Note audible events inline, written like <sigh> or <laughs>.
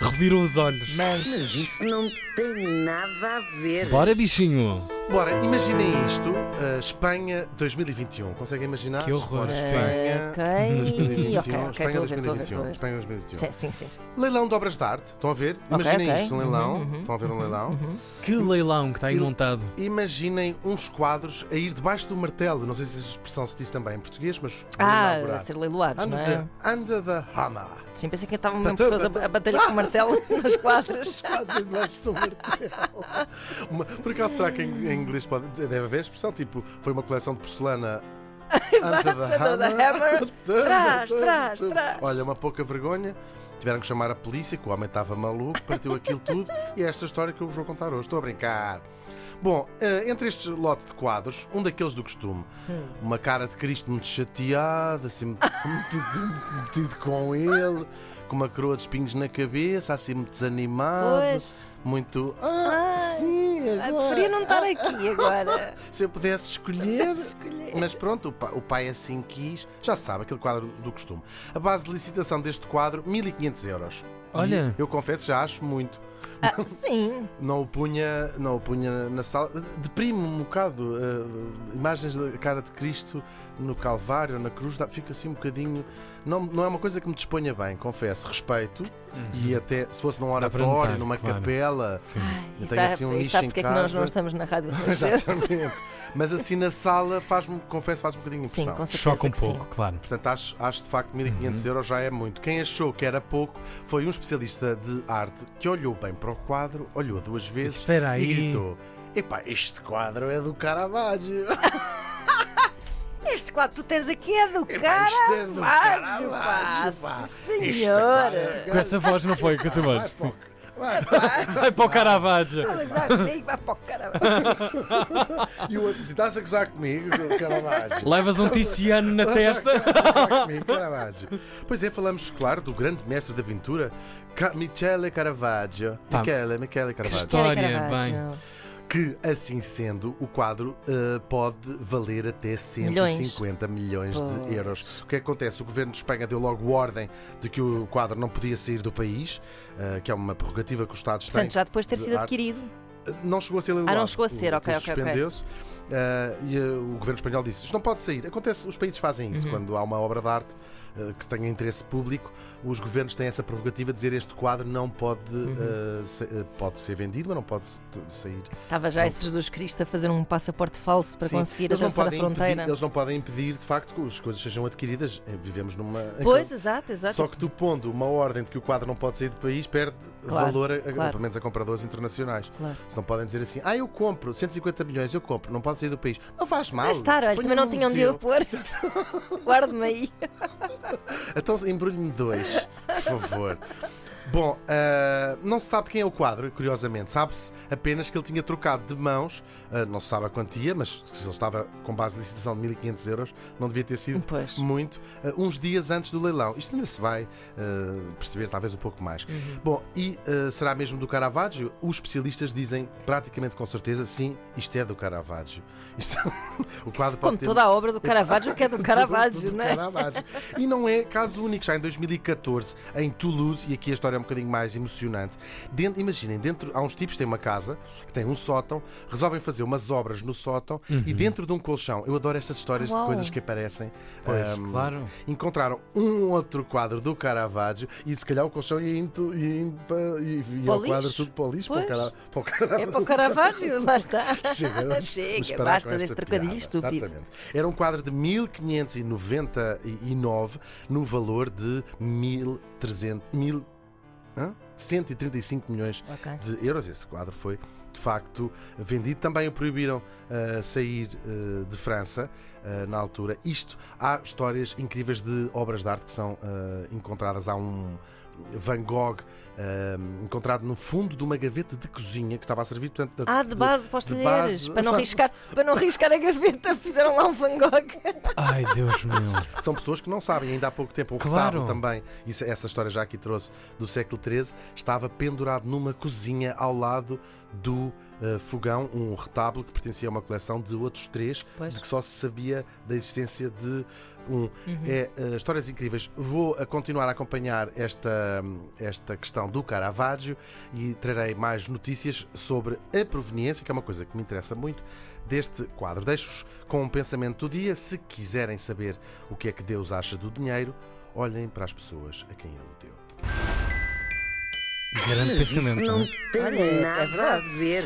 reviram os olhos. Mas isso não tem nada a ver. Bora, bichinho. Bora, imaginem isto. uh, Espanha 2021. Conseguem imaginar? Que horror, Bora, sim. Espanha Ah, Ok, 2021. ok, ok, estou a Espanha ver, estou a ver, estou a 2021. ver. Espanha 2021. Sim, sim, sim. sim. Leilão de obras de arte. Estão a ver? Imaginem ok. isto, um leilão. Uhum, Estão a ver um leilão? Que leilão que está aí Ele- montado. Imaginem uns quadros a ir debaixo do martelo. Não sei se essa expressão se diz também em português, mas. vou Ah, elaborar. a ser leiloados, não Under é? the, under the hammer. Sim, pensei que estavam mesmo Bateu, pessoas a- bateu. a batalhar com o <laughs> martelo nas quadras. Quase debaixo do martelo. Uma- por acaso será que em, em inglês pode, deve haver a expressão? Tipo, foi uma coleção de porcelana. Under the Under the <laughs> hammer. Trás, trás, trás. Olha, uma pouca vergonha. Tiveram que chamar a polícia, que o homem estava maluco, partiu aquilo tudo. E é esta história que eu vos vou contar hoje. Estou a brincar. Bom, eh, entre este lote de quadros, um daqueles do costume. Hum. Uma cara de Cristo muito chateado, assim, <laughs> metido, metido com ele, com uma coroa de espinhos na cabeça, assim, muito desanimado. Pois. Muito. Ah, Ai, sim, Ah, agora. Preferia não estar aqui agora. Se eu pudesse <laughs> escolher. Escolher. Mas pronto, o pa- o pai, assim quis. Já se sabe, aquele quadro do costume. A base de licitação deste quadro, 1500 euros. Olha. E eu confesso, já acho muito. <laughs> Ah, sim. Não o punha, não o punha na sala. Deprime-me um bocado. eh, imagens da cara de Cristo no Calvário, na cruz, dá- fica assim um bocadinho. Não, não é uma coisa que me disponha bem, confesso. Respeito. E até se fosse num Uhum. Dá para oratório, notar, numa claro. capela. Sim. Eu Isto tenho há- assim um isto há nicho em porque é que nós casa. não estamos na <laughs> Rádio Renascença. Exatamente. Mas assim na sala faz-me, confesso, faz-me um bocadinho de Sim, impressão. com certeza. Choca um que sim. pouco, claro. Portanto, acho, acho de facto 1500 Uhum. euros já é muito. Quem achou que era pouco foi um especialista de arte que olhou bem para o quadro, olhou duas vezes Espera aí. e gritou: Epá, este quadro é do Caravaggio. Este quadro que tu tens aqui é do Epá, isto é Caravaggio, do pá. Caravaggio, pá. Sim, <laughs> Este quadro senhor. é do Com essa voz não foi, com essa Caravaggio. voz. Sim. Vai, pá, vai. Vai para o Caravaggio. Olha, já sei, vai para o Caravaggio. E o outro disse: Estás a gozar comigo, Caravaggio? Levas um Tiziano na testa. Comigo, Caravaggio. Pois é, falamos, claro, do grande mestre da pintura, Ca- Michele Caravaggio. Pá, Michele, Michele é Caravaggio. História, Caravaggio. Que, assim sendo, o quadro eh, pode valer até 150 milhões, Pois. de euros. O que é que acontece? O governo de Espanha deu logo ordem de que o quadro não podia sair do país, eh, que é uma prerrogativa que os Estados têm. Portanto, já depois de ter de sido arte. adquirido. Eh, Não chegou a ser leiloado. Ah, não chegou a ser, O- ok, ok, aquilo ok. Suspendeu-se. eh, e eh, o governo espanhol disse: Isto não pode sair. Acontece, os países fazem Uhum. isso. Quando há uma obra de arte eh, que tenha interesse público, os governos têm essa prerrogativa de dizer este quadro não pode, Uhum. eh, sa- eh, pode ser vendido, mas não pode s- sair Estava já esse Jesus Cristo a fazer um passaporte falso para Sim, conseguir eles não atravessar a podem fronteira. Impedir, eles não podem impedir, de facto, que as coisas sejam adquiridas. Eh, Vivemos numa. Pois, exato, exato. Só que tu pondo uma ordem de que o quadro não pode sair do país, perde Claro, valor, a, a- claro. pelo menos a compradores internacionais. Claro. Se não podem dizer assim, ah, eu compro 150 milhões, eu compro, não pode sair do país. Não faz mal. um Vai estar, olha, ponha também não num tinha onde eu museu. pôr. <laughs> Guarde-me aí. Então embrulhe-me dois, por favor. Bom, ah, não se sabe de quem é o quadro, curiosamente. Sabe-se apenas que ele tinha trocado de mãos, ah, não se sabe a quantia, mas se ele estava com base de licitação de 1500 euros, não devia ter sido Pois. muito, ah, uns dias antes do leilão. Isto ainda se vai ah, perceber, talvez, um pouco mais. Uhum. Bom, e ah, será mesmo do Caravaggio? Os especialistas dizem praticamente com certeza, sim, isto é do Caravaggio. Isto- <laughs> o quadro pode Como ter toda a obra do Caravaggio, <laughs> <laughs> que é do Caravaggio, do não é? Caravaggio. E não é caso único, já em 2014, em Toulouse, e aqui a história é um bocadinho mais emocionante. Dentro- imaginem, dentro há uns tipos que têm uma casa, que tem um sótão, resolvem fazer umas obras no sátão e dentro de um colchão, eu adoro estas histórias Uhum. Uau. de coisas que aparecem. Pois, ahm, claro. Encontraram um outro quadro do Caravaggio e se calhar o colchão ia indo, ia indo para, ia, ia Para o ao quadro lixo. tudo para o lixo, para o Pois. cara- para o Caravaggio. É para o Caravaggio, lá está. <laughs> <laughs> Chega, vamos- vamos Chega, parar com basta esta deste trocadilho piada. estúpido. Exatamente. Era um quadro de 1599 no valor de 1300, 1000, hã? 135 milhões Ok. de euros. Esse quadro foi de facto vendido. Também o proibiram ah, sair ah, de França ah, na altura. Isto há histórias incríveis de obras de arte que são ah, encontradas. Há um Van Gogh ah, encontrado no fundo de uma gaveta de cozinha que estava a servir, portanto, da- Ah, de base para os de talheres, base. para não, riscar, para não riscar a gaveta, fizeram lá um Van Gogh. Ai, Deus meu. São pessoas que não sabem, ainda há pouco tempo, o Claro. retábulo também, isso- essa história já aqui trouxe do século XIII, estava pendurado numa cozinha ao lado do eh, fogão um retábulo que pertencia a uma coleção de outros três, Pois. de que só se sabia da existência de um. É eh, histórias incríveis. Vou a continuar a acompanhar esta, hum, esta questão do Caravaggio e trarei mais notícias sobre a proveniência, que é uma coisa que me interessa muito, deste quadro. Deixo-vos com um pensamento do dia. Se quiserem saber o que é que Deus acha do dinheiro, olhem para as pessoas a quem ele o deu. Grande pensamento. Isso não é? não tem Olha, é nada a verdade. ver.